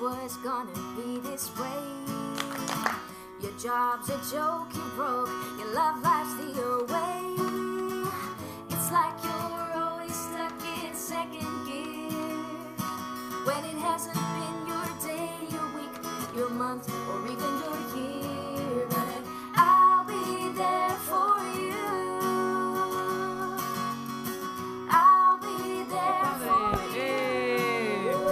was gonna be this way. Your job's a joke, you broke. Your love life's the away. It's like you're always stuck in second gear when it hasn't been your day, your week, your month, or even your year. But I'll be there for you. I'll be there for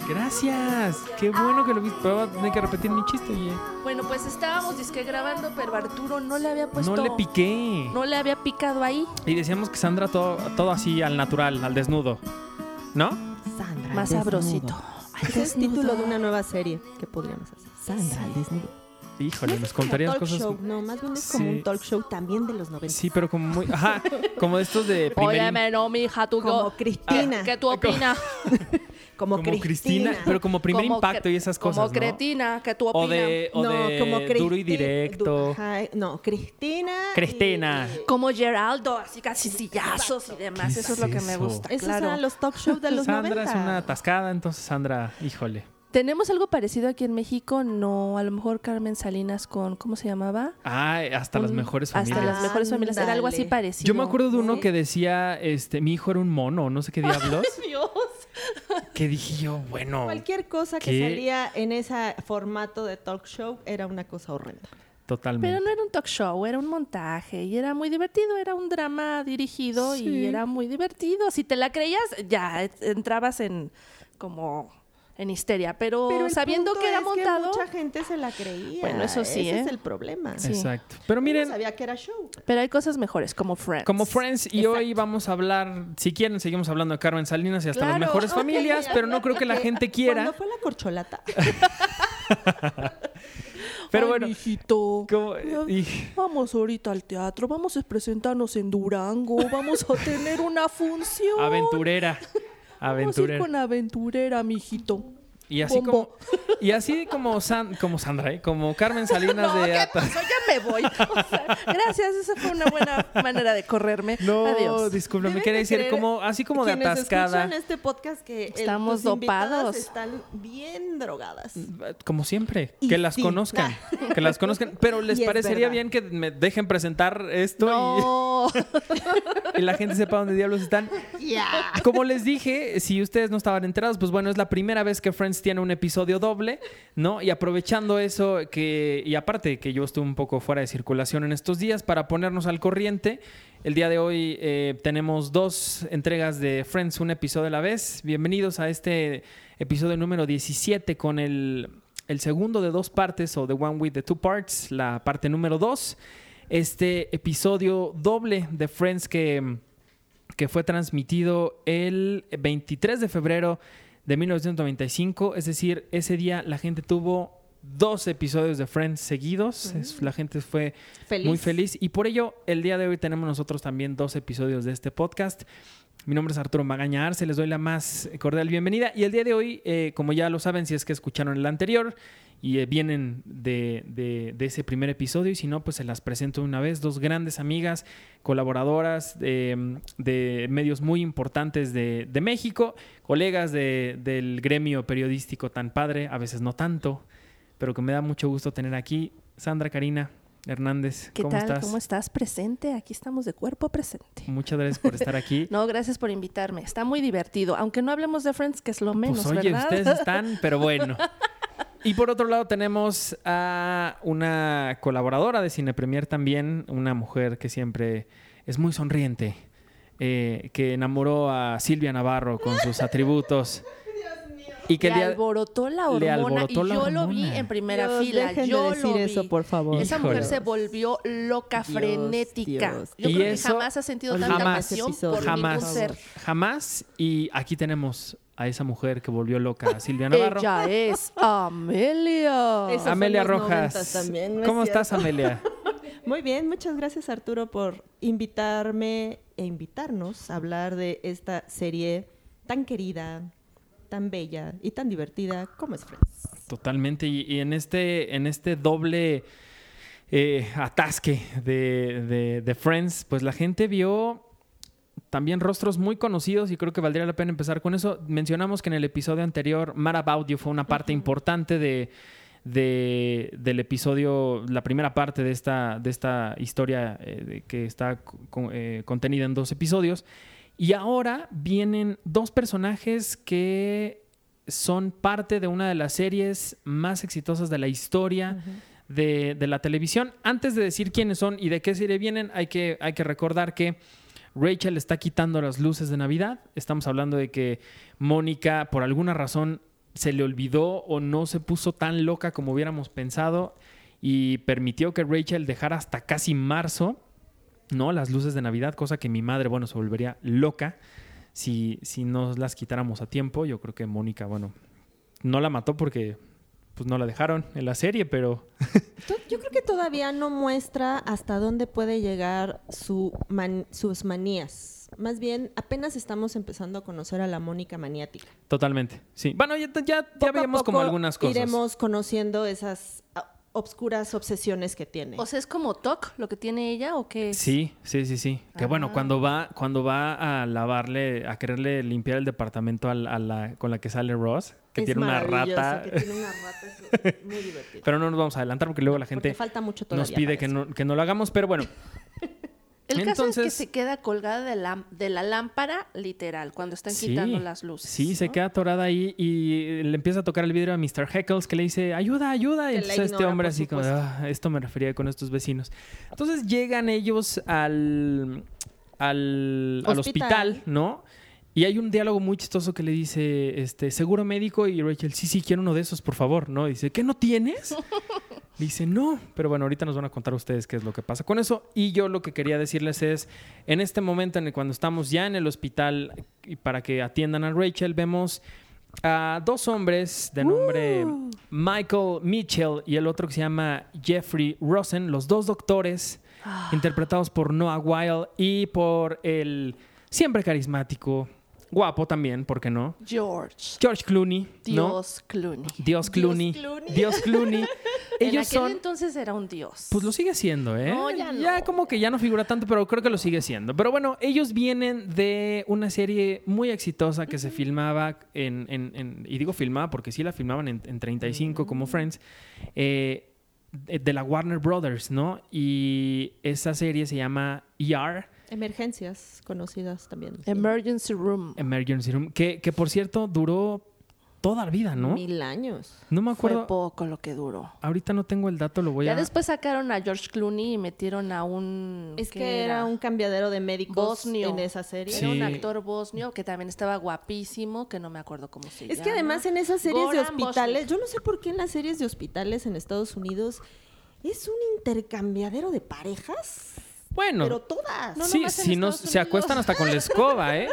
you. Gracias. Qué bueno que lo viste. Pero voy a tener que repetir mi chiste, oye. Bueno, pues estábamos disque grabando, pero Arturo Pues no le había puesto. No le piqué. no le había picado ahí. Y decíamos que Sandra todo, todo así al natural, al desnudo. ¿No? Sandra. Más desnudo. sabrosito. Ese es título de una nueva serie que podríamos hacer. Sandra, al desnudo. Híjole, nos Como contarías talk cosas. show, No, más bien es como Sí. un talk show también de los 90. Sí, pero como muy. Ajá, como de estos de primer. Óyeme, no, mija, tú. Como co- Cristina. ¿Qué tú opinas? como, como Cristina, pero como primer Como impacto cre- y esas cosas. Como ¿no? cretina, ¿qué tú O opinas? de, o de duro y Cristi- directo. du- ajá, no, Cristina. y- Cristina. Como Geraldo, así casi sillazos y demás. ¿Qué Eso es es lo que me eso? gusta. Esos claro. eran los talk shows de los Sandra 90. es una atascada, entonces Sandra, híjole. ¿Tenemos algo parecido aquí en México? No, a lo mejor Carmen Salinas con, ¿cómo se llamaba? Ay, hasta las Un- mejores familias. Pues, Hasta las mejores familias. Era algo así Ándale. parecido. Yo me acuerdo de uno que decía, este, mi hijo era un mono, no sé qué diablos. Dios. que dije yo, bueno, Cualquier cosa que ¿Qué? salía en ese formato de talk show era una cosa horrenda. totalmente. Pero no era un talk show, era un montaje y era muy divertido, era un drama dirigido y era muy divertido. Si te la creías, ya eh, entrabas en como en histeria, pero, el sabiendo punto que era es montado, mucha gente se la creía. Bueno, eso sí, Ese ¿eh? es el problema. Sí. Exacto. Pero Miren, miren, sabía que era show. pero hay cosas mejores como Friends. como Friends, y hoy vamos a hablar, si quieren, seguimos hablando de Carmen Salinas y hasta Claro. las mejores familias, pero no creo que la gente quiera. Cuando fue la corcholata. Pero Ay, bueno, mijito. como- y- Vamos ahorita al teatro, vamos a presentarnos en Durango, vamos a tener una función. aventurera. Vamos a ir Aventurera. con aventurera, mijito. Y así Pombo. como, y así como, San- como Sandra, ¿eh? como Carmen Salinas No, de ¿qué Ata- pasó? Ya me voy. O sea, gracias, esa fue una buena manera de correrme. No, Adiós. discúlpame, Deben quería decir creer como así como de quienes atascada, escuchan este podcast que el- Estamos tus invitadas dopados. Están bien drogadas. como siempre, Y que las sí. conozcan, que las conozcan, pero les Y es parecería verdad. bien que me dejen presentar esto No. y, y la gente sepa dónde diablos están. Como les dije, si ustedes no estaban enterados, pues bueno, es la primera vez que Friends tiene un episodio doble, ¿no? Y aprovechando eso, que, y aparte que yo estuve un poco fuera de circulación en estos días, para ponernos al corriente, el día de hoy eh, tenemos dos entregas de Friends, un episodio a la vez. Bienvenidos a este episodio número 17 con el, el segundo de dos partes, o The One with the Two Parts, la parte número 2. Este episodio doble de Friends que que fue transmitido el 23 de febrero de 1995. Es decir, ese día la gente tuvo dos episodios de Friends seguidos. Es- La gente fue Feliz. muy feliz. Y por ello, el día de hoy tenemos nosotros también dos episodios de este podcast. Mi nombre es Arturo Magaña Arce, les doy la más cordial bienvenida. Y el día de hoy, eh, como ya lo saben, si es que escucharon el anterior y eh, vienen de, de- de ese primer episodio, y si no, pues se las presento una vez. Dos grandes amigas, colaboradoras eh, de medios muy importantes de, de México, colegas de- del gremio periodístico tan padre, a veces no tanto, pero que me da mucho gusto tener aquí. Sandra Karina Hernández, ¿Qué ¿cómo tal? estás? Mm. ¿Cómo estás? Presente. Aquí estamos de cuerpo presente. Muchas gracias por estar aquí. No, gracias por invitarme. Está muy divertido. Aunque no hablemos de Friends, que es lo menos, Pues oye, ¿verdad? ustedes están, pero bueno. Y por otro lado tenemos a una colaboradora de Cine Premier también, una mujer que siempre es muy sonriente, eh, que enamoró a Silvia Navarro con sus atributos. Y que le el día- alborotó la le hormona alborotó y la yo lo vi hormona. en primera Dios, fila. dejen de Yo decir lo vi. eso, por favor. Esa Híjole. mujer se volvió loca, Dios, frenética. Dios. Yo Y creo eso- que jamás ha sentido Olvida tanta jamás. pasión ese por episodio, jamás, ningún ser. jamás. Y aquí tenemos a esa mujer que volvió loca, a Silvia Navarro. Ella es Amelia. Esos son Amelia los Rojas. noventas también, ¿no es ¿Cómo cierto? estás, Amelia? Muy bien, muchas gracias Arturo por invitarme e invitarnos a hablar de esta serie tan querida, tan bella y tan divertida como es Friends. Totalmente. Y, y en este, en este doble eh, atasque de, de- de Friends, pues la gente vio también rostros muy conocidos y creo que valdría la pena empezar con eso. Mencionamos que en el episodio anterior, Mara About You fue una parte importante de, de- del episodio, la primera parte de esta, de esta historia eh, de- que está co- eh, contenida en dos episodios. Y ahora vienen dos personajes que son parte de una de las series más exitosas de la historia de, de la televisión. Antes de decir quiénes son y de qué serie vienen, hay que, hay que recordar que Rachel está quitando las luces de Navidad. Estamos hablando de que Mónica, por alguna razón, se le olvidó o no se puso tan loca como hubiéramos pensado y permitió que Rachel dejara hasta casi marzo, ¿no? Las luces de Navidad, cosa que mi madre, bueno, se volvería loca si, si nos las quitáramos a tiempo. Yo creo que Mónica, bueno, no la mató porque pues no la dejaron en la serie, pero To- Yo creo que todavía no muestra hasta dónde puede llegar su man- sus manías. Más bien, apenas estamos empezando a conocer a la Mónica maniática. totalmente, sí. Bueno, ya, ya, Poco ya a veíamos como poco algunas cosas. Iremos conociendo esas ah, obscuras obsesiones que tiene. O sea, es como TOC lo que tiene ella o qué? es? Sí, sí, sí, sí. Que Ah. bueno, cuando va, cuando va a lavarle, a quererle limpiar el departamento al- a la- con la que sale Ross, que Es tiene una maravilloso, rata. Que tiene una rata, es muy divertido. Pero no nos vamos a adelantar porque luego la gente Porque falta mucho todavía. nos pide para que eso. no, que no lo hagamos. Pero bueno, El caso es que Entonces- se queda colgada de la, de la lámpara, literal, cuando están Sí. quitando las luces. Sí, se ¿no? queda atorada ahí y le empieza a tocar el vidrio a Mr. Heckles que le dice, ayuda, ayuda. Y Que la entonces este ignora, hombre por así como, supuesto. "Ah, esto me refería con estos vecinos. Entonces llegan ellos al, al, al Hospital. hospital, ¿no? Y hay un diálogo muy chistoso que le dice, este, seguro médico y Rachel, sí, sí, quiero uno de esos, por favor, ¿no? Y dice, ¿qué no tienes? Le Dice, no, pero bueno, ahorita nos van a contar ustedes qué es lo que pasa con eso. Y yo lo que quería decirles es, en este momento, en el, cuando estamos ya en el hospital y para que atiendan a Rachel, vemos a dos hombres de nombre Uh. Michael Mitchell y el otro que se llama Jeffrey Rosen, los dos doctores, Ah. interpretados por Noah Weil y por el siempre carismático, guapo también, ¿por qué no? George. George Clooney, ¿no? Dios Clooney. Dios Clooney. Dios Clooney. Dios Clooney. Ellos en aquel son entonces era un dios. pues lo sigue siendo, ¿eh? No, ya no. como que ya no figura tanto, pero creo que lo sigue siendo. Pero bueno, ellos vienen de una serie muy exitosa que se filmaba en, en- en- y digo filmaba porque sí la filmaban en, en 35 Mm. como Friends, eh, de de la Warner Brothers, ¿no? Y esa serie se llama ER, Emergencias conocidas también. sí. Emergency Room. Eh, Emergency Room, que, que por cierto duró toda la vida, ¿no? Mil años. No me Fue acuerdo. poco lo que duró. Ahorita no tengo el dato, lo voy Ya a... después sacaron a George Clooney y metieron a un... Es ¿qué que era un cambiadero de médicos Bosnio. en esa serie. Sí. Era un actor bosnio que también estaba guapísimo, que no me acuerdo cómo se llama. Es que además en esas series de Goran hospitales, Bosnich. yo no sé por qué en las series de hospitales en Estados Unidos es un intercambiadero de parejas, Bueno, pero todas. No, sí, nomás en si no, Estados se acuestan Unidos. hasta con la escoba, ¿eh?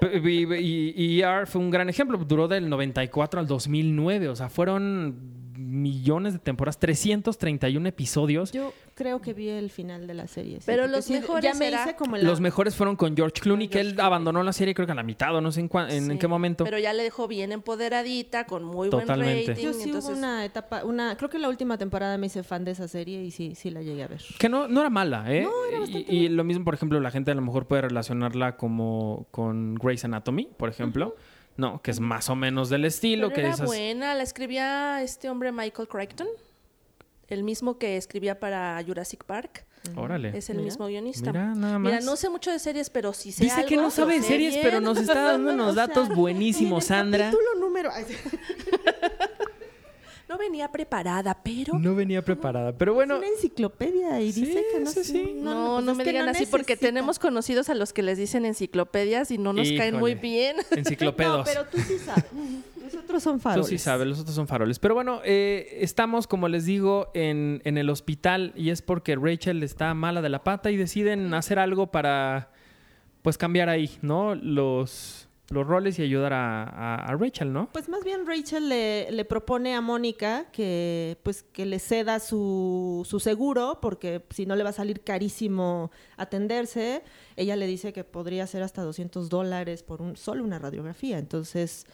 P- Y, y- y ER fue un gran ejemplo. Duró del 94 al 2009. O sea, fueron millones de temporadas, 331 episodios. pues Yo creo que vi el final de la serie. sí, Pero porque los sí, mejores ya me era- hice como la- Los mejores fueron con George Clooney, Con que George él abandonó la serie creo que a la mitad o no sé en, cuá- en- en Sí. qué momento. Pero ya le dejó bien empoderadita, con muy Totalmente. buen rating. Yo sí hubo entonces- una etapa, una, creo que la última temporada me hice fan de esa serie y sí, sí la llegué a ver. Que no, no era mala, ¿eh? No, era Y- bastante y, lo mismo, por ejemplo, la gente a lo mejor puede relacionarla como con Grey's Anatomy, por ejemplo. No, que es más o menos del estilo, Pero que era esas- buena, la escribía este hombre Michael Crichton, el mismo que escribía para Jurassic Park. Órale. Es el Mira. mismo guionista. Mira, nada Mira, más. no sé mucho de series, pero sí sé Dice que algo, no sabe de sé series, bien. pero nos está dando unos datos buenísimos, Sandra. Título número. No venía preparada, pero... No venía preparada. Pero bueno, es una enciclopedia y Sí, dice que no sí, sí. No, no, no, pues es me que digan no así porque necesita. tenemos conocidos a los que les dicen enciclopedias y no nos caen muy Híjole. bien. enciclopedos. No, pero tú sí sabes. Nosotros son Tú faroles. sí sabes, los otros son faroles. Pero bueno, eh, estamos, como les digo, en, en el hospital y es porque Rachel está mala de la pata y deciden hacer algo para, pues, cambiar ahí, ¿no? Los, los roles y ayudar a, a- a Rachel, ¿no? Pues más bien Rachel le, le propone a Mónica que pues que le ceda su, su seguro porque si no le va a salir carísimo atenderse. Ella le dice que podría ser hasta 200 dólares por un, solo una radiografía. Entonces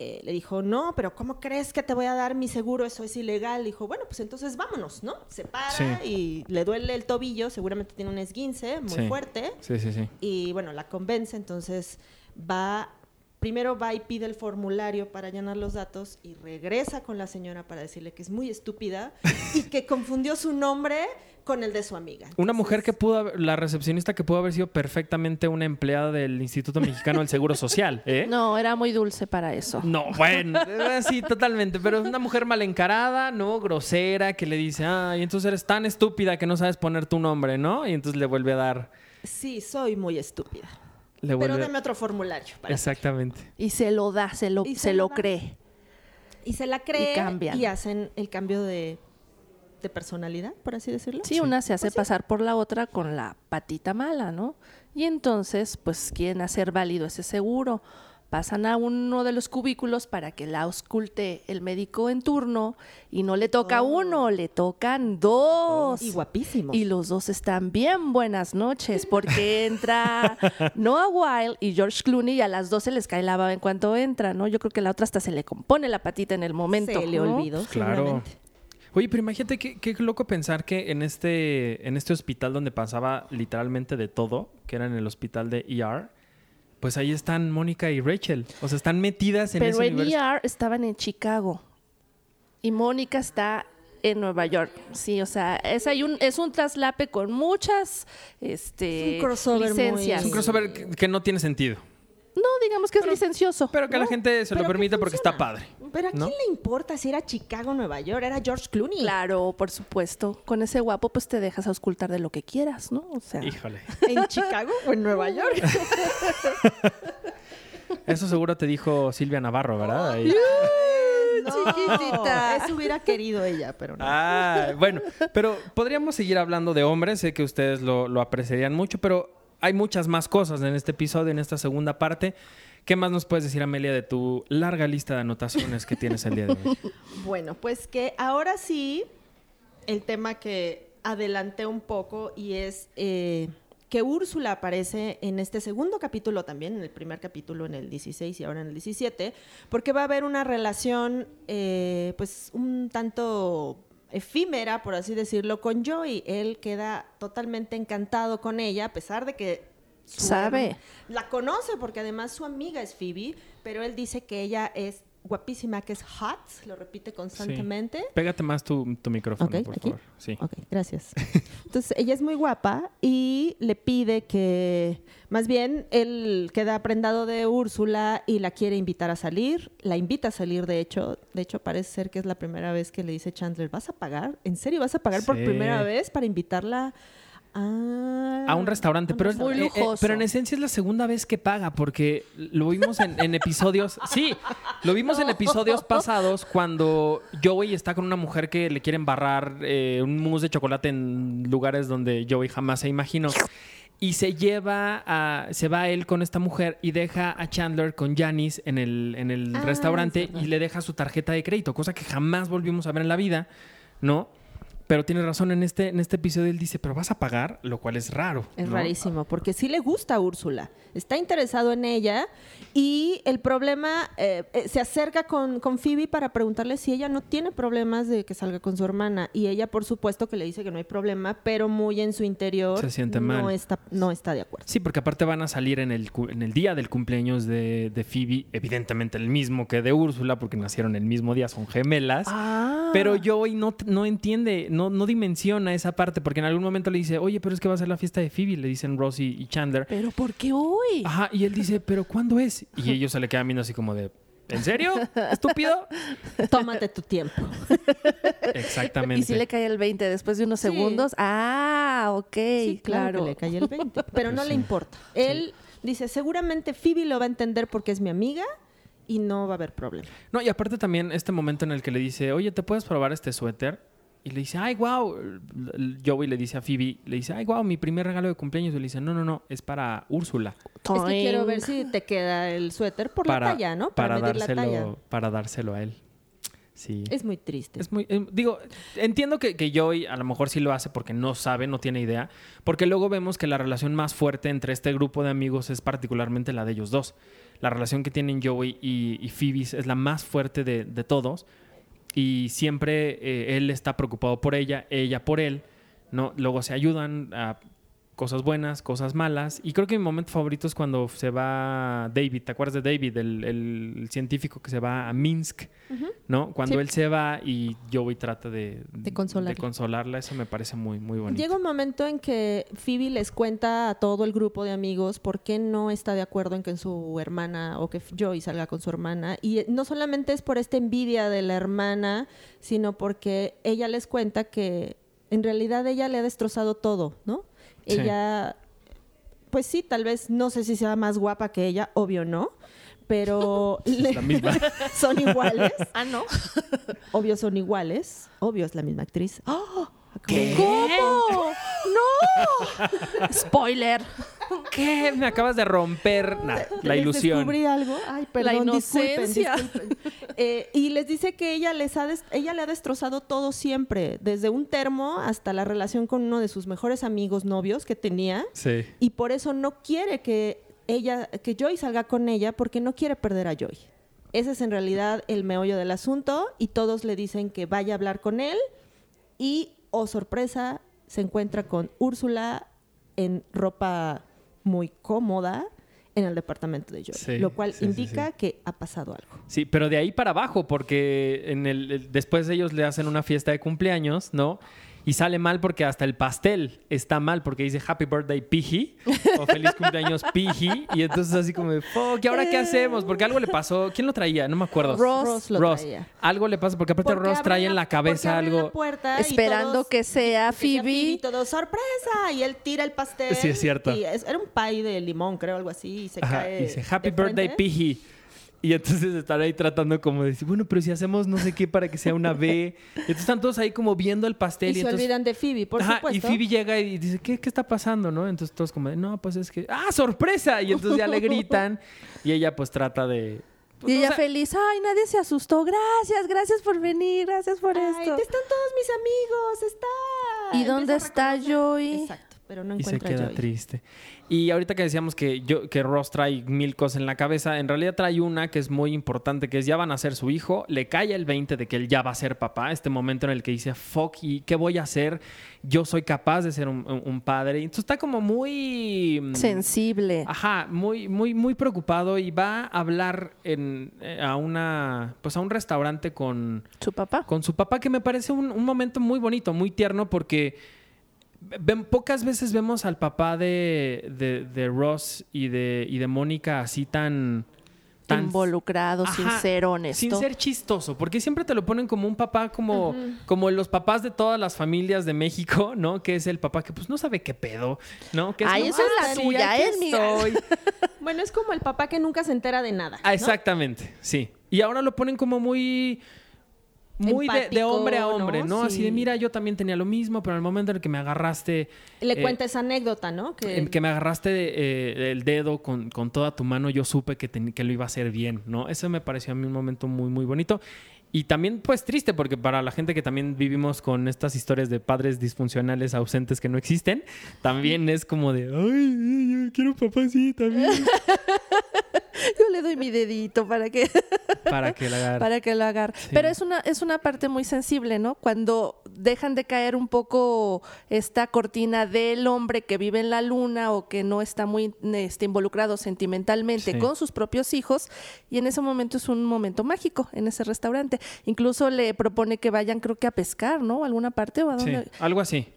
eh, le dijo, no, pero ¿cómo crees que te voy a dar mi seguro? Eso es ilegal. Dijo, bueno, pues entonces vámonos, ¿no? Se para Sí. y le duele el tobillo, seguramente tiene un esguince muy Sí. fuerte. Sí, sí, sí. Y bueno, la convence, entonces va, primero va y pide el formulario para llenar los datos y regresa con la señora para decirle que es muy estúpida y que confundió su nombre con el de su amiga. Una Entonces, mujer que pudo, haber- la recepcionista que pudo haber sido perfectamente una empleada del Instituto Mexicano del Seguro Social, ¿eh? No, era muy dulce para eso. No, bueno, eh, sí, totalmente. Pero es una mujer mal encarada, ¿no? Grosera, que le dice, ay, entonces eres tan estúpida que no sabes poner tu nombre, ¿no? Y entonces le vuelve a dar. Sí, soy muy estúpida. Le Pero vuelve dame otro formulario. para- Exactamente. Y se lo da, se lo, Y se se lo lo da. cree. Y se la cree Y cambian. hacen el cambio de, de personalidad, por así decirlo. Sí, una se pues hace pasar por la otra con la patita mala, ¿no? Y entonces, pues quieren hacer válido ese seguro. Pasan a uno de los cubículos para que la ausculte el médico en turno y no le toca uno, le tocan dos. Oh. Y guapísimo. Y los dos están bien buenas noches porque entra Noah Wild y George Clooney y a las dos se les cae la baba en cuanto entra, ¿no? Yo creo que la otra hasta se le compone la patita en el momento. Se le ¿no? olvidó. Claro. seguramente. Oye, pero imagínate qué, qué loco pensar que en este, en este hospital donde pasaba literalmente de todo, que era en el hospital de ER, pues ahí están Mónica y Rachel. O sea, están metidas en Pero ese en E universo. ER estaban en Chicago y Mónica está en Nueva York. Sí, o sea, es, hay un, es un traslape con muchas este, Es un crossover muy- licencias. Es un crossover que, que no tiene sentido. No, digamos que es licencioso. Pero que la ¿no? gente se lo Pero que permite porque está funciona. padre. Pero ¿a quién ¿no? le importa si era Chicago o Nueva York? Era George Clooney. Claro, por supuesto. Con ese guapo, pues te dejas auscultar de lo que quieras, ¿no? O sea, Híjole. ¿En Chicago o en Nueva Uh, York? Eso seguro te dijo Silvia Navarro, ¿verdad? Ahí. No, Chiquitita. Eso hubiera querido ella, pero no. Ah, bueno, pero podríamos seguir hablando de hombres, sé que ustedes lo, lo apreciarían mucho, pero hay muchas más cosas en este episodio, en esta segunda parte. ¿Qué más nos puedes decir, Amelia, de tu larga lista de anotaciones que tienes el día de hoy? Bueno, pues que ahora sí, el tema que adelanté un poco y es eh, que Úrsula aparece en este segundo capítulo también, en el primer capítulo en el 16 y ahora en el 17, porque va a haber una relación eh, pues un tanto efímera, por así decirlo, con Joey. Él queda totalmente encantado con ella, a pesar de que... su Sabe. herma- La conoce porque además su amiga es Phoebe, pero él dice que ella es guapísima, que es hot, lo repite constantemente. Pégate más tu, tu micrófono, Ok, por ¿aquí? favor. Sí. Ok, gracias. Entonces, ella es muy guapa y le pide que, más bien, él queda prendado de Úrsula y la quiere invitar a salir. La invita a salir, de hecho. De hecho, parece ser que es la primera vez que le dice Chandler, ¿vas a pagar? ¿En serio vas a pagar por Sí. primera vez para invitarla a... A un restaurante, pero es Muy eh, eh, lujoso. pero en esencia es la segunda vez que paga, porque lo vimos en, en episodios. Sí, lo vimos en episodios pasados cuando Joey está con una mujer que le quiere embarrar eh, un mousse de chocolate en lugares donde Joey jamás se imaginó. Y se lleva a. Se va él con esta mujer y deja a Chandler con Janice en el, en el Ah, es restaurante verdad. y le deja su tarjeta de crédito, cosa que jamás volvimos a ver en la vida, ¿no? Pero tiene razón, en este, en este episodio él dice, pero vas a pagar, lo cual es raro. Es ¿no? rarísimo, porque sí le gusta a Úrsula, está interesado en ella y el problema eh, eh, se acerca con, con Phoebe para preguntarle si ella no tiene problemas de que salga con su hermana y ella por supuesto que le dice que no hay problema, pero muy en su interior Se siente No, mal. está, no está de acuerdo. Sí, porque aparte van a salir en el, cu- en el día del cumpleaños de, de Phoebe, evidentemente el mismo que de Úrsula, porque nacieron el mismo día, son gemelas. Ah. Pero Joey no, t- no entiende, no, no dimensiona esa parte, porque en algún momento le dice, oye, pero es que va a ser la fiesta de Phoebe, le dicen Ross y, y Chandler. ¿Pero por qué hoy? Ajá, y él dice, pero ¿cuándo es? Y ellos se le quedan viendo así como de, ¿en serio? ¿Estúpido? Tómate tu tiempo. Exactamente. Y si le cae el 20 después de unos Sí. segundos. Ah, ok, Sí, claro. claro. que le cae el 20, pero no Sí. le importa. Él dice, seguramente Phoebe lo va a entender porque es mi amiga y no va a haber problema. No, y aparte también este momento en el que le dice, oye, ¿te puedes probar este suéter? Y le dice, ay, wow. Joey le dice a Phoebe, le dice, ay, wow, mi primer regalo de cumpleaños. Y le dice, no, no, no, es para Úrsula. Es que quiero ver Toing. si te queda el suéter Oh, por para, la talla, ¿no? Para, medir dárselo, la talla. para dárselo a él. Sí. Es muy triste. Es muy, em, digo, entiendo que, que Joy a lo mejor sí lo hace porque no sabe, no tiene idea, porque luego vemos que la relación más fuerte entre este grupo de amigos es particularmente la de ellos dos. La relación que tienen Joey y, y Phoebe es la más fuerte de, de todos y siempre eh, él está preocupado por ella, ella por él, ¿no? Luego se ayudan a cosas buenas, cosas malas y creo que mi momento favorito es cuando se va David, ¿te acuerdas de David, el, el científico que se va a Minsk? ¿no? Cuando Sí. él se va y Joey trata de, De consolarla. de consolarla, eso me parece muy, muy bonito. Llega un momento en que Phoebe les cuenta a todo el grupo de amigos por qué no está de acuerdo en que su hermana o que Joey salga con su hermana. Y eh, no solamente es por esta envidia de la hermana, sino porque ella les cuenta que en realidad ella le ha destrozado todo, ¿no? Sí. Ella, pues sí, tal vez no sé si sea más guapa que ella, obvio no, pero le- la misma. son iguales, Ah, no. obvio son iguales, obvio es la misma actriz. ¡Oh! ¿Cómo? ¡No! Spoiler. ¿Qué? Me acabas de romper nah, Ah, la les ilusión. Descubrí algo. Ay, perdón, disculpen, inocencia. disculpen. Eh, y les dice que ella les ha des- ella le ha destrozado todo siempre, desde un termo hasta la relación con uno de sus mejores amigos novios que tenía Sí. y por eso no quiere que ella que Joy salga con ella porque no quiere perder a Joy. Ese es en realidad el meollo del asunto y todos le dicen que vaya a hablar con él y oh sorpresa se encuentra con Úrsula en ropa muy cómoda en el departamento de Joy, Sí, lo cual sí, sí, indica sí. que ha pasado algo. Sí, pero de ahí para abajo, porque en el, el- después ellos le hacen una fiesta de cumpleaños, ¿no? Y sale mal porque hasta el pastel está mal, porque dice Happy Birthday Piji o Feliz Cumpleaños Piji. Y entonces así como, de, fuck, ¿y ahora qué hacemos? Porque algo le pasó. ¿Quién lo traía? No me acuerdo. Ross. lo Ross. traía. Algo le pasa porque aparte Porque Ross abren trae en la- la cabeza porque abren la algo. puerta y Esperando todos- que sea Decía Phoebe. y todo sorpresa y él tira el pastel Sí, es cierto. y es- era un pie de limón creo algo así y se Ajá, cae y dice, Happy de birthday, frente". Piji. Y entonces están ahí tratando como de decir, bueno, pero si hacemos no sé qué para que sea una B. Y entonces están todos ahí como viendo el y pastel. se entonces, olvidan de Phoebe por Ajá, supuesto Y Phoebe llega y dice, ¿qué, qué está pasando? ¿no? Entonces todos como, de, no, pues es que, ¡ah, sorpresa! Y entonces ya le gritan y ella pues trata de... Y ella o sea, feliz. Ay, nadie se asustó. Gracias, gracias por venir. Gracias por Ay, esto. te están todos mis amigos está ¿Y dónde Empieza a está reconocer- Joey? exacto pero no Y se encuentra a queda Joey. triste. Y ahorita que decíamos que, yo, que Ross trae mil cosas en la cabeza, en realidad trae una que es muy importante, que es ya van a ser su hijo, le cae el 20 de que él ya va a ser papá, este momento en el que dice, fuck, ¿y qué voy a hacer? Yo soy capaz de ser un, un- un padre. Y entonces está como muy... mm, Sensible. Ajá, muy, muy, muy preocupado y va a hablar en, eh, a una, pues a un restaurante con, Su papá. con su papá, que me parece un, un momento muy bonito, muy tierno, porque ven- pocas veces vemos al papá de, de- de Ross y de, y de Mónica así tan... tan Involucrado, Ajá, sincero, honesto. Sin ser chistoso, porque siempre te lo ponen como un papá como, como los papás de todas las familias de México, ¿no? Que es el papá que pues no sabe qué pedo, ¿no? Que Ay, como, "Ah, eso es la sí, tuya, aquí ¿eh, mira? estoy". bueno es como el papá que nunca se entera de nada Ah, exactamente, sí. Y ahora lo ponen como muy... Muy de- de, Empático, hombre a hombre, ¿no? ¿no? Así Sí. de, mira, yo también tenía lo mismo, pero en el momento en el que me agarraste... le eh, cuenta esa anécdota no en que me agarraste eh, el dedo con, con toda tu mano, yo supe que, ten- que lo iba a hacer bien, ¿no? Eso me pareció a mí un momento muy, muy bonito. Y también, pues, triste, porque para la gente que también vivimos con estas historias de padres disfuncionales ausentes que no existen, también es como de, ay, yo quiero un papá así también. Yo le doy mi dedito para que Para que la agarre. para que lo hagan. Pero es una, es una parte muy sensible, ¿no? Cuando dejan de caer un poco esta cortina del hombre que vive en la luna o que no está muy este, involucrado sentimentalmente Sí. con sus propios hijos, y en ese momento es un momento mágico en ese restaurante. Incluso le propone que vayan, creo que a pescar, ¿no? A alguna parte o a Sí, dónde. algo así.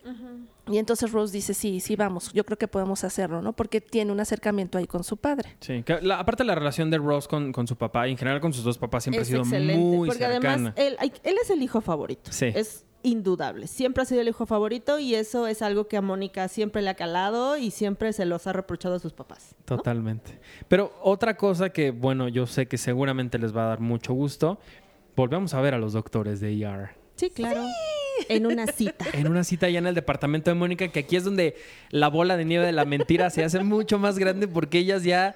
Y entonces Rose dice, sí, sí, vamos, yo creo que podemos hacerlo, ¿no? Porque tiene un acercamiento ahí con su padre. Sí, que la- aparte la relación de Ross con, con su papá y en general con sus dos papás siempre es ha sido excelente, muy porque cercana. además él, ay, él es el hijo favorito. Sí. Es indudable. Siempre ha sido el hijo favorito y eso es algo que a Mónica siempre le ha calado y siempre se los ha reprochado a sus papás. ¿no? Totalmente. Pero otra cosa que, bueno, yo sé que seguramente les va a dar mucho gusto. Volvemos a ver a los doctores de ER. Sí, claro. En una cita. En una cita allá en el departamento de Mónica, que aquí es donde la bola de nieve de la mentira se hace mucho más grande porque ellas ya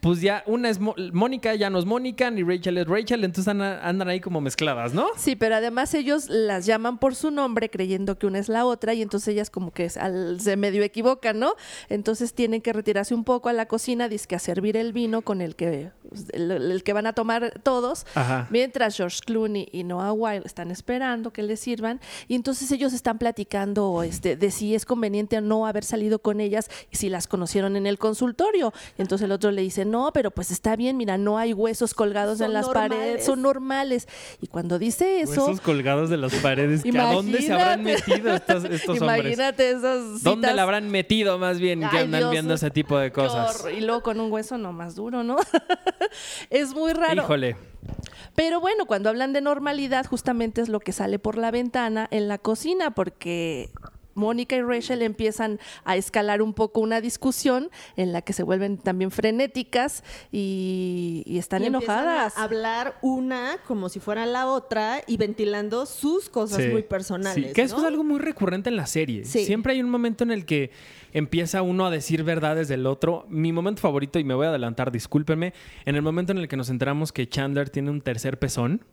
pues ya una es Mo- Mónica, ya no es Mónica, ni Rachel es Rachel, entonces andan, andan ahí como mezcladas, ¿no? Sí, pero además ellos las llaman por su nombre creyendo que una es la otra y entonces ellas como que al- se medio equivocan, ¿no? Entonces tienen que retirarse un poco a la cocina, dizque a servir el vino con el que, el, el que van a tomar todos, Ajá. mientras George Clooney y Noah Wild están esperando que les sirvan y entonces ellos están platicando este, de si es conveniente o no haber salido con ellas y si las conocieron en el consultorio. Y entonces el otro le dice, no, pero pues está bien, mira, no hay huesos colgados Son en las paredes, normales. son normales. Y cuando dice eso, Esos colgados de las paredes. que ¿A dónde se Imagínate. habrán metido estas- estos hombres? imagínate esas citas. ¿Dónde la habrán metido más bien que Ay, andan Dios, viendo ese tipo de qué cosas? horror. Y luego con un hueso no más duro, ¿no? es muy raro. Híjole. Pero bueno, cuando hablan de normalidad, justamente es lo que sale por la ventana en la cocina, porque Mónica y Rachel empiezan a escalar un poco una discusión en la que se vuelven también frenéticas y, y están Y empiezan enojadas. A hablar una como si fuera la otra y ventilando sus cosas Sí. muy personales. Sí, que eso ¿no? es algo muy recurrente en la serie. Sí. Siempre hay un momento en el que empieza uno a decir verdades del otro. Mi momento favorito, y me voy a adelantar, discúlpenme, en el momento en el que nos enteramos que Chandler tiene un tercer pezón.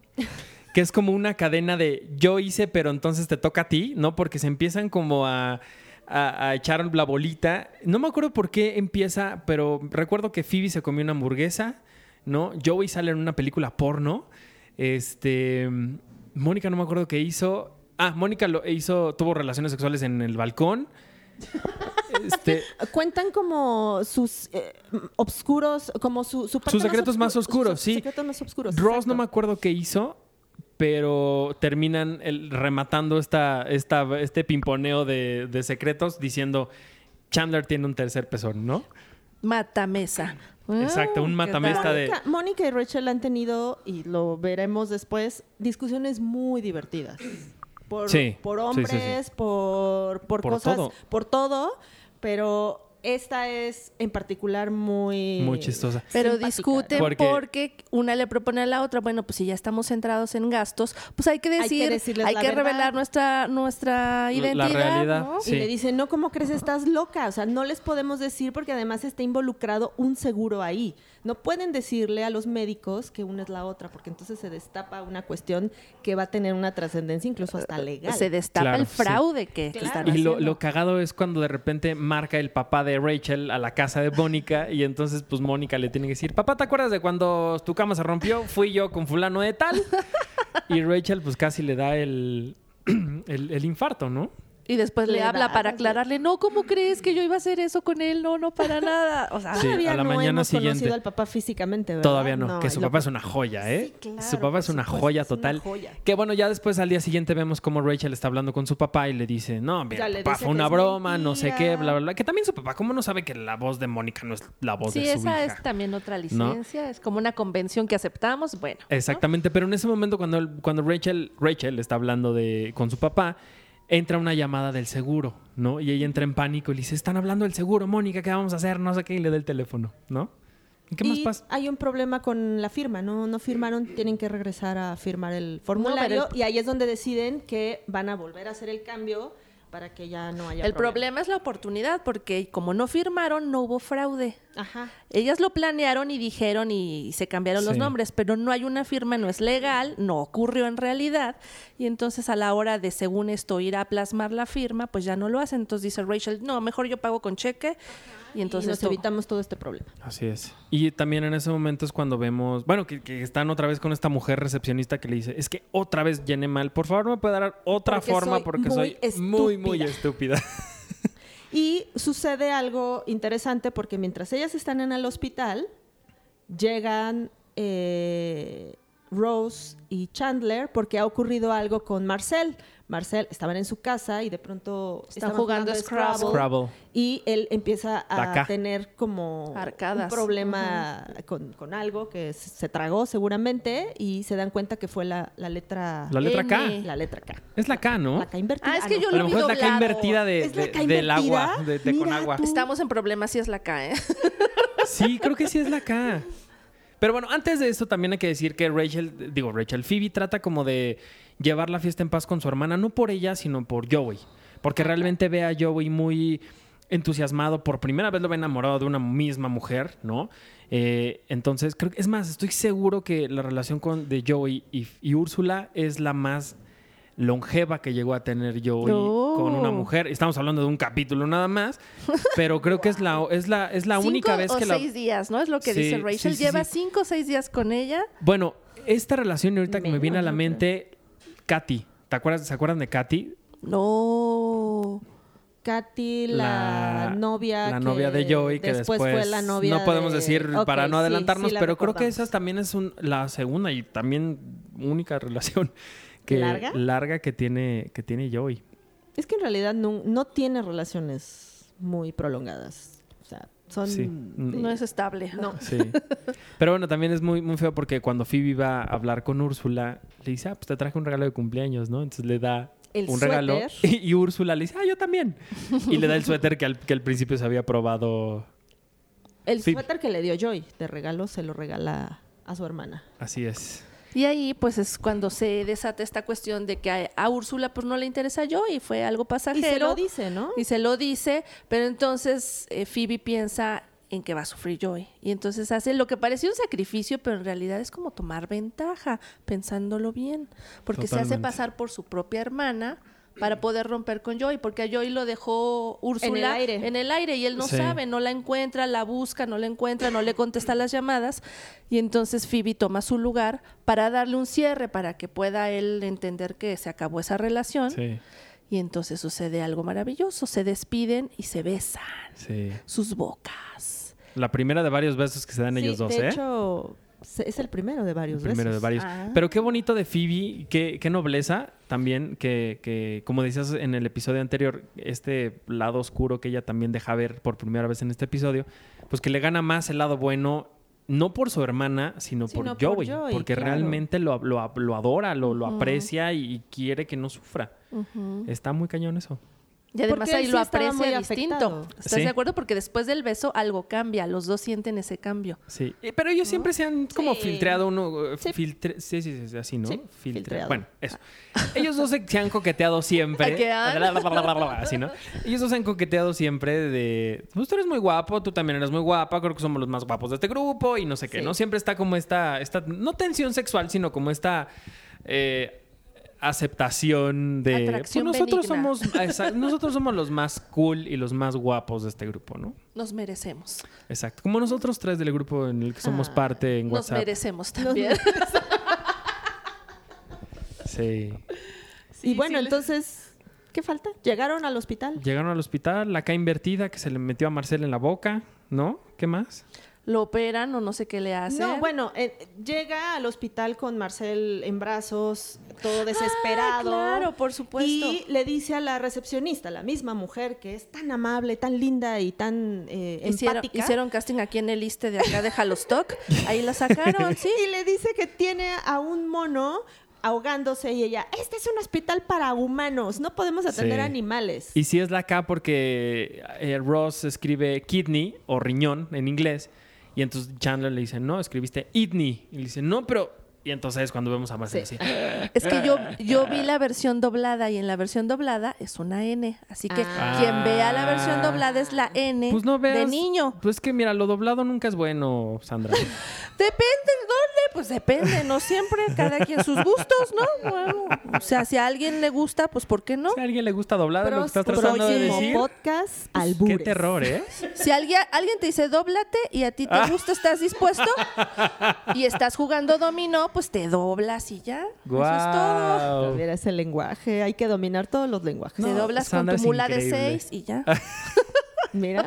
Que es como una cadena de yo hice, pero entonces te toca a ti, ¿no? Porque se empiezan como a, a- a echar la bolita. No me acuerdo por qué empieza, pero recuerdo que Phoebe se comió una hamburguesa, ¿no? Joey sale en una película porno. Este. Mónica no me acuerdo qué hizo. Ah, Mónica lo hizo, tuvo relaciones sexuales en el balcón. Este, Cuentan como sus eh, obscuros, como su, su parte Sus secretos más obscu- oscuros, sus sí. secretos más oscuros. Ross exacto. no me acuerdo qué hizo, pero terminan el- rematando esta, esta, este pimponeo de, de secretos diciendo Chandler tiene un tercer pezón, ¿no? Matamesa. Exacto, un ¿qué matamesa tal? de- Mónica, Mónica y Rachel han tenido, y lo veremos después, discusiones muy divertidas. Por, Sí, por sí, sí, hombres, Por, por, Por cosas, todo. por todo, pero esta es en particular muy... Muy chistosa. Pero simpática, discuten ¿no? Porque- porque... una le propone a la otra, bueno, pues si ya estamos centrados en gastos, pues hay que que decir, hay que, decirles la verdad. revelar nuestra nuestra La identidad, realidad, ¿no? sí. Y le dicen, no, ¿cómo crees? Estás loca. O sea, no les podemos decir porque además está involucrado un seguro ahí. No pueden decirle a los médicos que una es la otra porque entonces se destapa una cuestión que va a tener una trascendencia incluso hasta legal. Eh, Se destapa Claro, el sí. fraude que, que Claro. están Y lo, haciendo. lo cagado es cuando de repente marca el papá de Rachel a la casa de Mónica y entonces pues Mónica le tiene que decir, papá, ¿te acuerdas de cuando tu cama se rompió? Fui yo con fulano de tal. Y Rachel pues casi le da el, el, el infarto, ¿no? Y después le, Le habla da- para aclararle, no, ¿cómo crees que yo iba a hacer eso con él? No, no, para nada. O sea, Sí, Todavía a la no mañana hemos siguiente. conocido al papá físicamente, ¿verdad? Todavía no, que y su lo- papá es una joya, ¿eh? Sí, claro, su papá es por una supuesto, joya es una total. joya. Que bueno, ya después al día siguiente vemos cómo Rachel está hablando con su papá y le dice, no, mira, Ya le papá, dice fue que una es broma, no sé qué, mentira. bla, bla, bla. Que también su papá, ¿cómo no sabe que la voz de Mónica no es la voz sí, de su esa hija? es también otra licencia, es como una convención que aceptamos, bueno. ¿no? Exactamente, pero en ese momento cuando, cuando Rachel, Rachel está hablando de, con su papá, entra una llamada del seguro, ¿no? Y ella entra en pánico y le dice, están hablando del seguro, Mónica, ¿qué vamos a hacer? No sé qué, y le da el teléfono, ¿no? ¿Y ¿Qué más Y pasa? hay un problema con la firma, ¿no? No firmaron, tienen que regresar a firmar el formulario el- y ahí es donde deciden que van a volver a hacer el cambio para que ya no haya El problema es la oportunidad, porque como no firmaron, no hubo fraude. Ajá. Ellas lo planearon y dijeron y se cambiaron los Sí. nombres, pero no hay una firma, no es legal, no ocurrió en realidad. Y entonces a la hora de, según esto, ir a plasmar la firma, pues ya no lo hacen. Entonces dice Rachel, no, mejor yo pago con cheque. Y entonces y nos esto- evitamos todo este problema. Así es. Y también en ese momento es cuando vemos, bueno, que, que están otra vez con esta mujer recepcionista que le dice, es que otra vez llené mal, por favor me puede dar otra Porque forma soy porque muy soy muy, muy estúpida. Y sucede algo interesante porque mientras ellas están en el hospital, llegan eh, Rose y Chandler porque ha ocurrido algo con Marcel. Marcel estaban en su casa y de pronto Están estaban jugando Scrabble. Scrabble. Y él empieza La a K. tener como Arcadas. un problema con, con algo que se- se tragó seguramente y se dan cuenta que fue la, la letra La letra N. K. la letra K. Es la K, ¿no? La K invertida. Ah, es que no. yo A lo lo vi mejor es la K doblado. invertida, de- ¿Es la de- K del agua, invertida? de, de con Mira agua. tú. Estamos en problemas si es la K, ¿eh? Sí, creo que sí es la K. Pero bueno, antes de esto también hay que decir que Rachel, digo Rachel, Phoebe trata como de llevar la fiesta en paz con su hermana, no por ella, sino por Joey. Porque realmente ve a Joey muy entusiasmado, por primera vez lo ve enamorado de una misma mujer, ¿no? Eh, entonces, creo que, es más, estoy seguro que la relación con, de Joey y, y Úrsula es la más longeva que llegó a tener Joey Oh. con una mujer. Estamos hablando de un capítulo nada más, pero creo que es la, es la, es la única Cinco vez o que la... seis días, ¿no? Es lo que Sí, dice sí, Rachel. sí, Lleva sí. cinco o seis días con ella. Bueno, esta relación ahorita que me viene a la Menos, mente, Katy. ¿Te acuerdas, ¿Se acuerdan de Katy? No. Katy, la, novia. La que novia de Joey, que después, fue la novia. No podemos de- decir Ok, para no sí, adelantarnos, sí la pero creo que recordamos. esa también es un- la segunda y también única relación que, ¿Larga? que, tiene, que tiene Joey. Es que en realidad no, no tiene relaciones muy prolongadas. O sea, son. Sí. No es estable. No. Sí. Pero bueno, también es muy, muy feo porque cuando Phoebe va a hablar con Úrsula, le dice, ah, pues te traje un regalo de cumpleaños, ¿no? Entonces le da El un regalo suéter. y, y Úrsula le dice, ah, yo también. Y le da el suéter que al, que al principio se había probado. El Sí. suéter que le dio Joy de regalo se lo regala a su hermana. Así es. Y ahí, pues, es cuando se desata esta cuestión de que a, a Úrsula, pues, no le interesa yo y fue algo pasajero. Y se lo dice, ¿no? Y se lo dice, pero entonces eh, Phoebe piensa en que va a sufrir Joy. Y entonces hace lo que parecía un sacrificio, pero en realidad es como tomar ventaja, pensándolo bien. Porque se hace Totalmente. pasar por su propia hermana para poder romper con Joy, porque a Joy lo dejó Úrsula aire. en el aire y él no Sí. sabe, no la encuentra, la busca, no la encuentra, no le contesta las llamadas. Y entonces Phoebe toma su lugar para darle un cierre, para que pueda él entender que se acabó esa relación. Sí, Y entonces sucede algo maravilloso. Se despiden y se besan sí. sus bocas. La primera de varios besos que se dan Sí, ellos dos, de ¿eh? hecho, se- es el primero de varios primero de besos. varios. Ah. Pero qué bonito de Phoebe, qué, qué nobleza también, que, que, como decías en el episodio anterior, este lado oscuro que ella también deja ver por primera vez en este episodio, pues que le gana más el lado bueno, no por su hermana, sino, Sino por por Joey, Joey, porque claro. realmente lo, lo- lo adora, lo, lo aprecia y, y quiere que no sufra. Está muy cañón eso. Y además Porque ahí él lo sí estaba muy aprecia distinto. afectado. ¿Estás Sí. de acuerdo? Porque después del beso algo cambia. Los dos sienten ese cambio. Sí. Eh, Pero ellos siempre se han como Sí. filtreado uno. eh, Sí. filtre- sí, sí, sí, sí, así, ¿no? Sí, Ah. Filtreado. filtreado. Bueno, eso. Ellos dos se, se han coqueteado siempre. ¿A qué han? así, ¿no? Ellos dos se han coqueteado siempre de. Pues tú eres muy guapo, tú también eres muy guapa, creo que somos los más guapos de este grupo y no sé qué, Sí. ¿no? Siempre está como esta, esta. No tensión sexual, sino como esta. eh, aceptación de Atracción pues nosotros benigna. somos exacto, nosotros somos los más cool y los más guapos de este grupo, ¿no? Nos merecemos. Exacto. Como nosotros tres del grupo en el que somos Ah, parte en Nos WhatsApp. merecemos también. Sí. y bueno, entonces, ¿qué falta? Llegaron al hospital. Llegaron al hospital, la K invertida que se le metió a Marcel en la boca, ¿no? ¿Qué más? lo operan o no sé qué le hacen. No, bueno, eh, llega al hospital con Marcel en brazos, todo desesperado. Ah, claro, por supuesto. Y le dice a la recepcionista, la misma mujer que es tan amable, tan linda y tan eh, Hicieron, empática. hicieron casting aquí en el liste de acá de Halostock. Ahí la sacaron, sí. Y le dice que tiene a un mono ahogándose y ella, este es un hospital para humanos, no podemos atender Sí. animales. Y si es la K porque eh, Ross escribe kidney o riñón en inglés. Y entonces Chandler le dice, no, escribiste idney. Y le dice, no, pero... Y entonces es cuando vemos a Marcel Sí. así. Es que yo, Ah. yo vi la versión doblada y en la versión doblada es una N. Así que Ah. quien vea la versión doblada es la N Pues no veas... de niño. Pues que mira, lo doblado nunca es bueno, Sandra. Depende, ¿dónde? Pues depende, no siempre, cada quien sus gustos, ¿no? Bueno, o sea, si a alguien le gusta, pues ¿por qué no? Si a alguien le gusta doblado, lo que estás Próximo tratando de decir... "Pues, podcast Qué albures. terror, ¿eh? Si alguien, alguien te dice dóblate y a ti Ah. te gusta, estás dispuesto y estás jugando dominó, pues te doblas y ya. Eso es todo. Guau. Mira ese lenguaje, hay que dominar todos los lenguajes. Te No, doblas Sandra con es tu mula de increíble. seis y ya. Mira,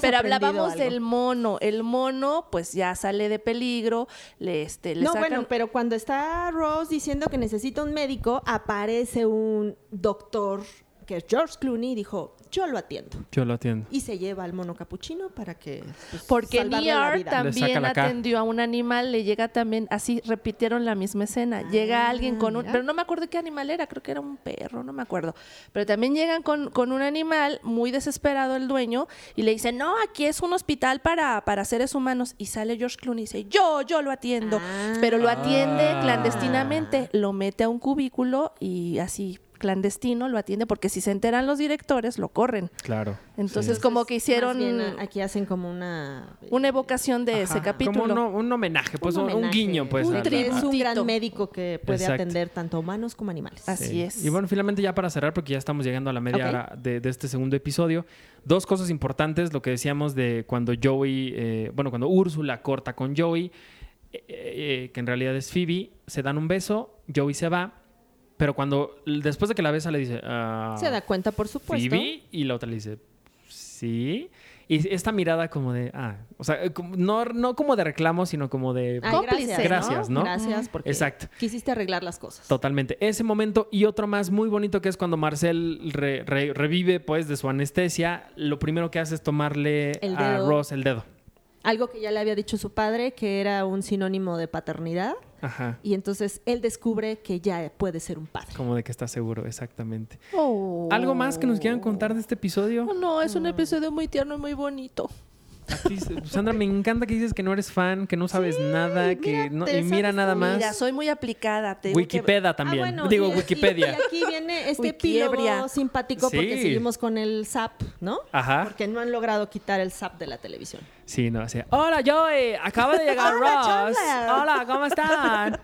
Pero aprendido hablábamos algo. del mono. El mono, pues ya sale de peligro. Le, este, le No, sacan- bueno, pero cuando está Rose diciendo que necesita un médico, aparece un doctor que es George Clooney y dijo, yo lo atiendo. Yo lo atiendo. Y se lleva al mono capuchino para que... pues, Porque salvarle la Near vida. Le saca también la cara. atendió a un animal, le llega también, así repitieron la misma escena. Ah, llega alguien con un, pero no me acuerdo qué animal era, creo que era un perro, no me acuerdo. Pero también llegan con, con un animal, muy desesperado el dueño, y le dicen, no, aquí es un hospital para, para seres humanos. Y sale George Clooney y dice, yo, yo lo atiendo. Ah. Pero lo atiende Ah. clandestinamente, lo mete a un cubículo y así clandestino, lo atiende porque si se enteran los directores, lo corren. Claro. Entonces, como que hicieron Más bien, a- aquí hacen como una... eh, una evocación de ese Ajá. capítulo. Como un, un homenaje, pues un, un homenaje. guiño, pues. Un a la- Porque Es un gran tributito. médico que puede Exacto. atender tanto humanos como animales. Así Sí. es. Y bueno, finalmente ya para cerrar, porque ya estamos llegando a la media Ok. hora de, de este segundo episodio, dos cosas importantes, lo que decíamos de cuando Joey, eh, bueno, cuando Úrsula corta con Joey, eh, eh, que en realidad es Phoebe, se dan un beso, Joey se va, pero cuando después de que la besa le dice, "Ah, Se da cuenta, por supuesto. Phoebe, y la otra le dice, sí. Y esta mirada como de, ah, o sea, eh, como- no, no como de reclamo, sino como de... Ay, Cómplice, gracias, Gracias, ¿no? Gracias porque Exacto. quisiste arreglar las cosas. Totalmente. Ese momento y otro más muy bonito que es cuando Marcel re- re- revive pues de su anestesia, lo primero que hace es tomarle El a dedo. Ross el dedo. Algo que ya le había dicho su padre, que era un sinónimo de paternidad. Ajá. Y entonces él descubre que ya puede ser un padre. Como de que está seguro, exactamente. Oh. ¿Algo más que nos quieran contar de este episodio? Oh, no, es un episodio muy tierno y muy bonito. A ti, Sandra, me encanta que dices que no eres fan, que no sabes nada, que no, te y mira sabes nada tu más. Mira, soy muy aplicada. te digo que- Wikipedia también. Ah, bueno, Digo, y- y- Wikipedia. Y, aquí viene este Wikiebria. epílogo simpático porque Sí. Ah. seguimos con el SAP, ¿no? Ajá. Porque no han logrado quitar el SAP de la televisión. Sí, no, así. Hola, Joey, acaba de llegar Hola, Ross. Chandler. Hola, ¿cómo están?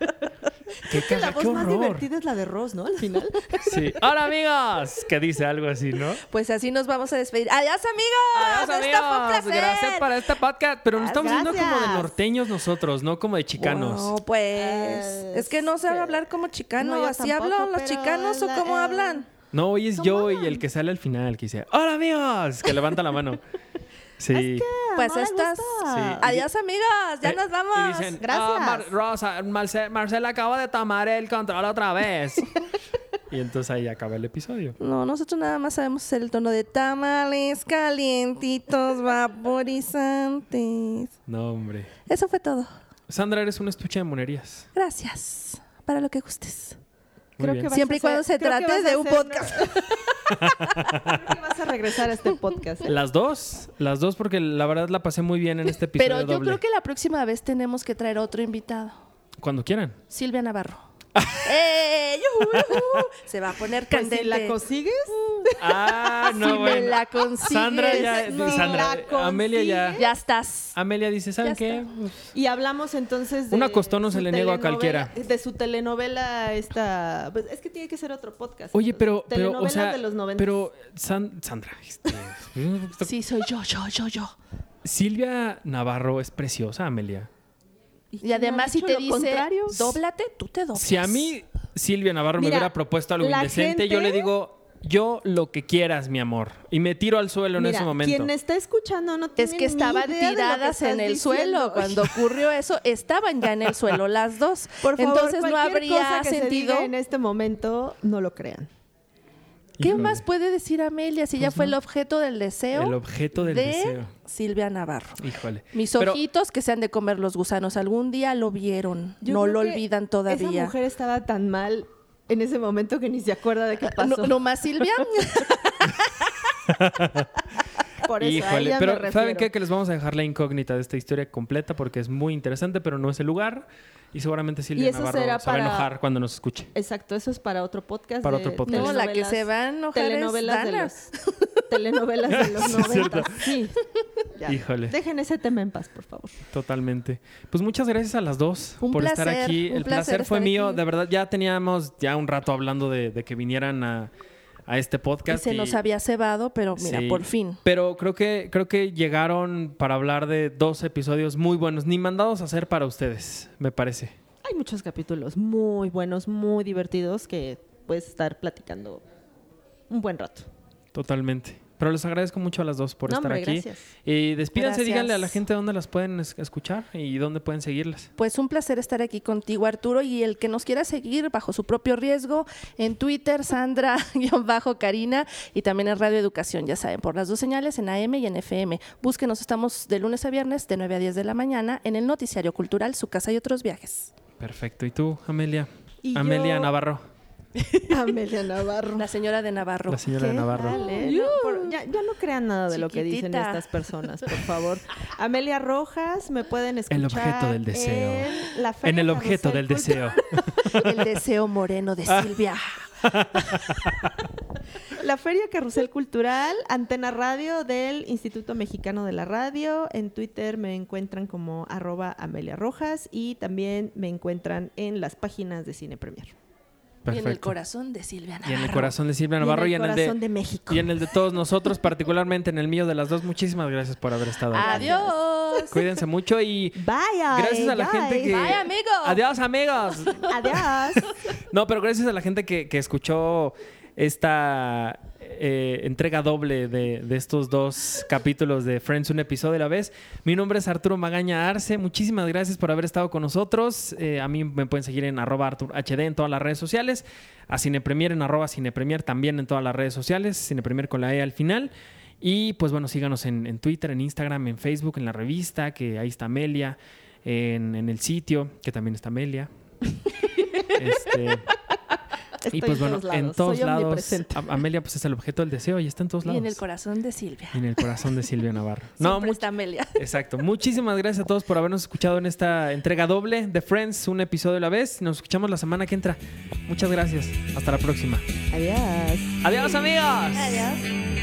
Qué, Que la caga- voz qué más horror. divertida es la de Ross, ¿no? Al final. Sí. Hola, amigos. Que dice algo así, ¿no? Pues así nos vamos a despedir. ¡Adiós, amigos! Adiós, Esto fue un amigos. placer. Ah, Gracias para este podcast. Pero nos estamos viendo como de Gracias. norteños nosotros, no como de chicanos. No, pues. Eh, Es que no sé este, hablar como chicano. no, yo ¿Así tampoco, hablan los pero chicanos la- o cómo eh, hablan? No, hoy es ¿Cómo yo y hablan? el que sale al final, que dice, ¡Hola, amigos! Que levanta la mano. Sí. Pues no le estas. gusta. Sí. Adiós, amigos. Ya Eh, nos Y vamos. dicen, Gracias. "Ah, Mar- Rosa, Marcel, Marcel acaba de tomar el control otra vez. y entonces ahí acaba el episodio. No, nosotros nada más sabemos hacer el tono de tamales calientitos vaporizantes. No, hombre. Eso fue todo. Sandra, eres un estuche de monerías. Gracias. Para lo que gustes. Muy Creo bien. que vas Siempre a y cuando hacer- se creo que trate vas a de un hacer- podcast. Creo que vas a regresar a este podcast. ¿eh? Las dos, las dos, porque la verdad la pasé muy bien en este episodio. Pero yo doble. creo que la próxima vez tenemos que traer otro invitado. Cuando quieran. Silvia Navarro. ¡Eh! yujú, yujú! Se va a poner Pues, si candente. la consigues, Ah, no, Si me bueno. la consigues. Sandra ya. no. Si Sandra, eh, la Amelia ya. Ya estás. Amelia dice, Ya ¿saben qué? y hablamos entonces de. Un acostón no se su le niego a telenovela- cualquiera. De su telenovela, esta. pues, es que tiene que ser otro podcast. Oye, pero, pero, o Telenovelas sea, de los 90. pero San- Sandra, este, Sí, soy yo, yo, yo, yo. Silvia Navarro es preciosa, Amelia. Y además, si te dice, contrario? dóblate, tú te doblas. Si a mí Silvia Navarro me Mira, hubiera propuesto algo la indecente, yo gente- le digo, yo lo que quieras, mi amor, y me tiro al suelo en Mira, ese momento. Quien está escuchando no tiene Es ni que estaban idea de lo que tiradas estás en el diciendo. suelo. Cuando ocurrió eso, estaban ya en el suelo las dos. Por favor, Entonces no cualquier habría cosa que se sentido. diga en este momento, no lo crean. ¿Qué Híjole. Pues más puede decir Amelia si ya fue el objeto del deseo? El objeto del de deseo. Silvia Navarro. Híjole. Mis Pero- ojitos que se han de comer los gusanos algún día lo vieron. Yo no creo lo que olvidan Esa todavía. mujer estaba tan mal en ese momento que ni se acuerda de qué pasó. ¿No, no más Silvia? Por eso, a Híjole, ella me pero refiero. ¿saben qué? Que les vamos a dejar la incógnita de esta historia completa porque es muy interesante, pero no es el lugar. Y seguramente Silvia eso Navarro se será va a para- enojar cuando nos escuche. Exacto, eso es para otro podcast. Para de otro podcast. no, la que telenovelas- se va a enojar es telenovelas de Dana. los telenovelas de los Sí, es cierto. 90. Sí. Ya. Híjole. Dejen ese tema en paz, por favor. Totalmente. Pues muchas gracias a las dos Un por estar placer, aquí. un El placer, placer fue estar mío. aquí. De verdad, ya teníamos ya un rato hablando de, de que vinieran a, a este Y podcast. se nos había cebado, pero mira, Sí. por fin. Pero creo que, creo que llegaron para hablar de dos episodios muy buenos, ni mandados a hacer para ustedes, me parece. Hay muchos capítulos muy buenos, muy divertidos que puedes estar platicando un buen rato. Totalmente. Pero les agradezco mucho a las dos por No, estar hombre, aquí. gracias. Y despídanse, Gracias. díganle a la gente dónde las pueden es- escuchar y dónde pueden seguirlas. Pues un placer estar aquí contigo, Arturo. Y el que nos quiera seguir bajo su propio riesgo, en Twitter, Sandra-Karina, y también en Radio Educación, ya saben, por las dos señales, en AM y en FM. Búsquenos, estamos de lunes a viernes, de 9 a 10 de la mañana, en el Noticiario Cultural, Su Casa y Otros Viajes. Perfecto. ¿Y tú, Amelia? Y Amelia yo- Navarro, Amelia Navarro. La señora de Navarro. la señora de ¿Qué? Navarro. Dale, no, por- ya, ya no crean nada de lo que dicen Chiquitita. estas personas, por favor. Amelia Rojas, me pueden escuchar. El objeto del deseo. En, la Feria En el Carrusel objeto del Cultural. deseo. Ah, El deseo moreno de Silvia. la Feria Carrusel Cultural, Antena Radio del Instituto Mexicano de la Radio. En Twitter me encuentran como arroba Amelia Rojas y también me encuentran en las páginas de Cine Premier. Y en el corazón de Silvia Navarro. Y en el corazón de Silvia Navarro y en el, corazón de, de México. y en el de todos nosotros, particularmente en el mío de las dos. Muchísimas gracias por haber estado. aquí. Adiós. Cuídense mucho y Vaya. gracias a la guys. gente que Bye, amigos. Adiós, amigos. Adiós. No, pero gracias a la gente que, que escuchó esta eh, entrega doble de, de estos dos capítulos de Friends, un episodio a la vez. Mi nombre es Arturo Magaña Arce. Muchísimas gracias por haber estado con nosotros. Eh, a mí me pueden seguir en arroba Artur HD en todas las redes sociales. A Cinepremier en arroba Cinepremier también en todas las redes sociales. Cinepremier con la E al final. Y pues bueno, síganos en, en Twitter, en Instagram, en Facebook, en la revista, que ahí está Amelia. En, en el sitio, que también está Amelia. Este, Estoy y pues en bueno, todos en lados. todos Soy lados. omnipresente. Am- Amelia, pues es el objeto del deseo y está en todos Y lados. en el corazón de Silvia. Y en el corazón de Silvia Navarro. No, mu- está Amelia. Exacto. Muchísimas gracias a todos por habernos escuchado en esta entrega doble de Friends, un episodio a la vez. Nos escuchamos la semana que entra. Muchas gracias. Hasta la próxima. Adiós. Adiós, amigos. Adiós.